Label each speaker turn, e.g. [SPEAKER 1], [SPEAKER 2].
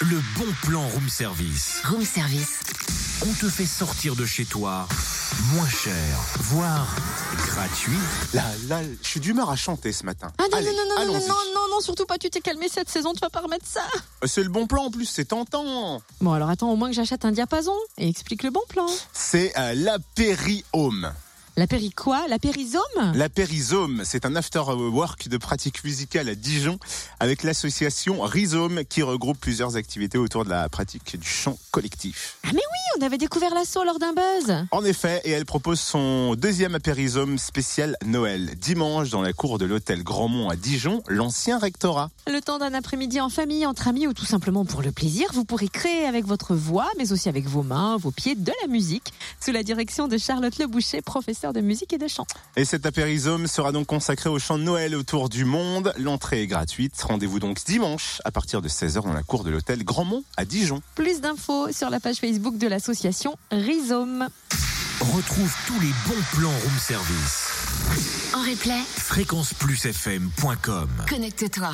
[SPEAKER 1] Le bon plan room service.
[SPEAKER 2] Room service.
[SPEAKER 1] On te fait sortir de chez toi moins cher, voire gratuit.
[SPEAKER 3] Là, là, je suis d'humeur à chanter ce matin.
[SPEAKER 4] Ah non,
[SPEAKER 3] Allez,
[SPEAKER 4] non, non, non, non,
[SPEAKER 3] allons-y.
[SPEAKER 4] non, non, non, surtout pas, tu t'es calmé cette saison, tu vas pas remettre ça.
[SPEAKER 3] C'est le bon plan en plus, c'est tentant.
[SPEAKER 4] Bon, alors attends, au moins que j'achète un diapason et explique le bon plan.
[SPEAKER 3] C'est euh, la péri-home.
[SPEAKER 4] La péri quoi La périsome
[SPEAKER 3] La Périsome, c'est un after-work de pratique musicale à Dijon avec l'association Rhizome qui regroupe plusieurs activités autour de la pratique du chant collectif.
[SPEAKER 4] Ah, mais oui, on avait découvert l'assaut lors d'un buzz.
[SPEAKER 3] En effet, et elle propose son deuxième apérisome spécial Noël, dimanche dans la cour de l'hôtel Grandmont à Dijon, l'ancien rectorat.
[SPEAKER 4] Le temps d'un après-midi en famille, entre amis ou tout simplement pour le plaisir, vous pourrez créer avec votre voix, mais aussi avec vos mains, vos pieds, de la musique, sous la direction de Charlotte Le Boucher, professeure de musique et de chant.
[SPEAKER 3] Et cet apérisome sera donc consacré au chant de Noël autour du monde. L'entrée est gratuite. Rendez-vous donc dimanche à partir de 16h dans la cour de l'hôtel Grandmont à Dijon.
[SPEAKER 4] Plus d'infos sur la page Facebook de l'association Rhizome.
[SPEAKER 1] Retrouve tous les bons plans room service.
[SPEAKER 2] En replay,
[SPEAKER 1] Fréquenceplusfm.com
[SPEAKER 2] connecte-toi.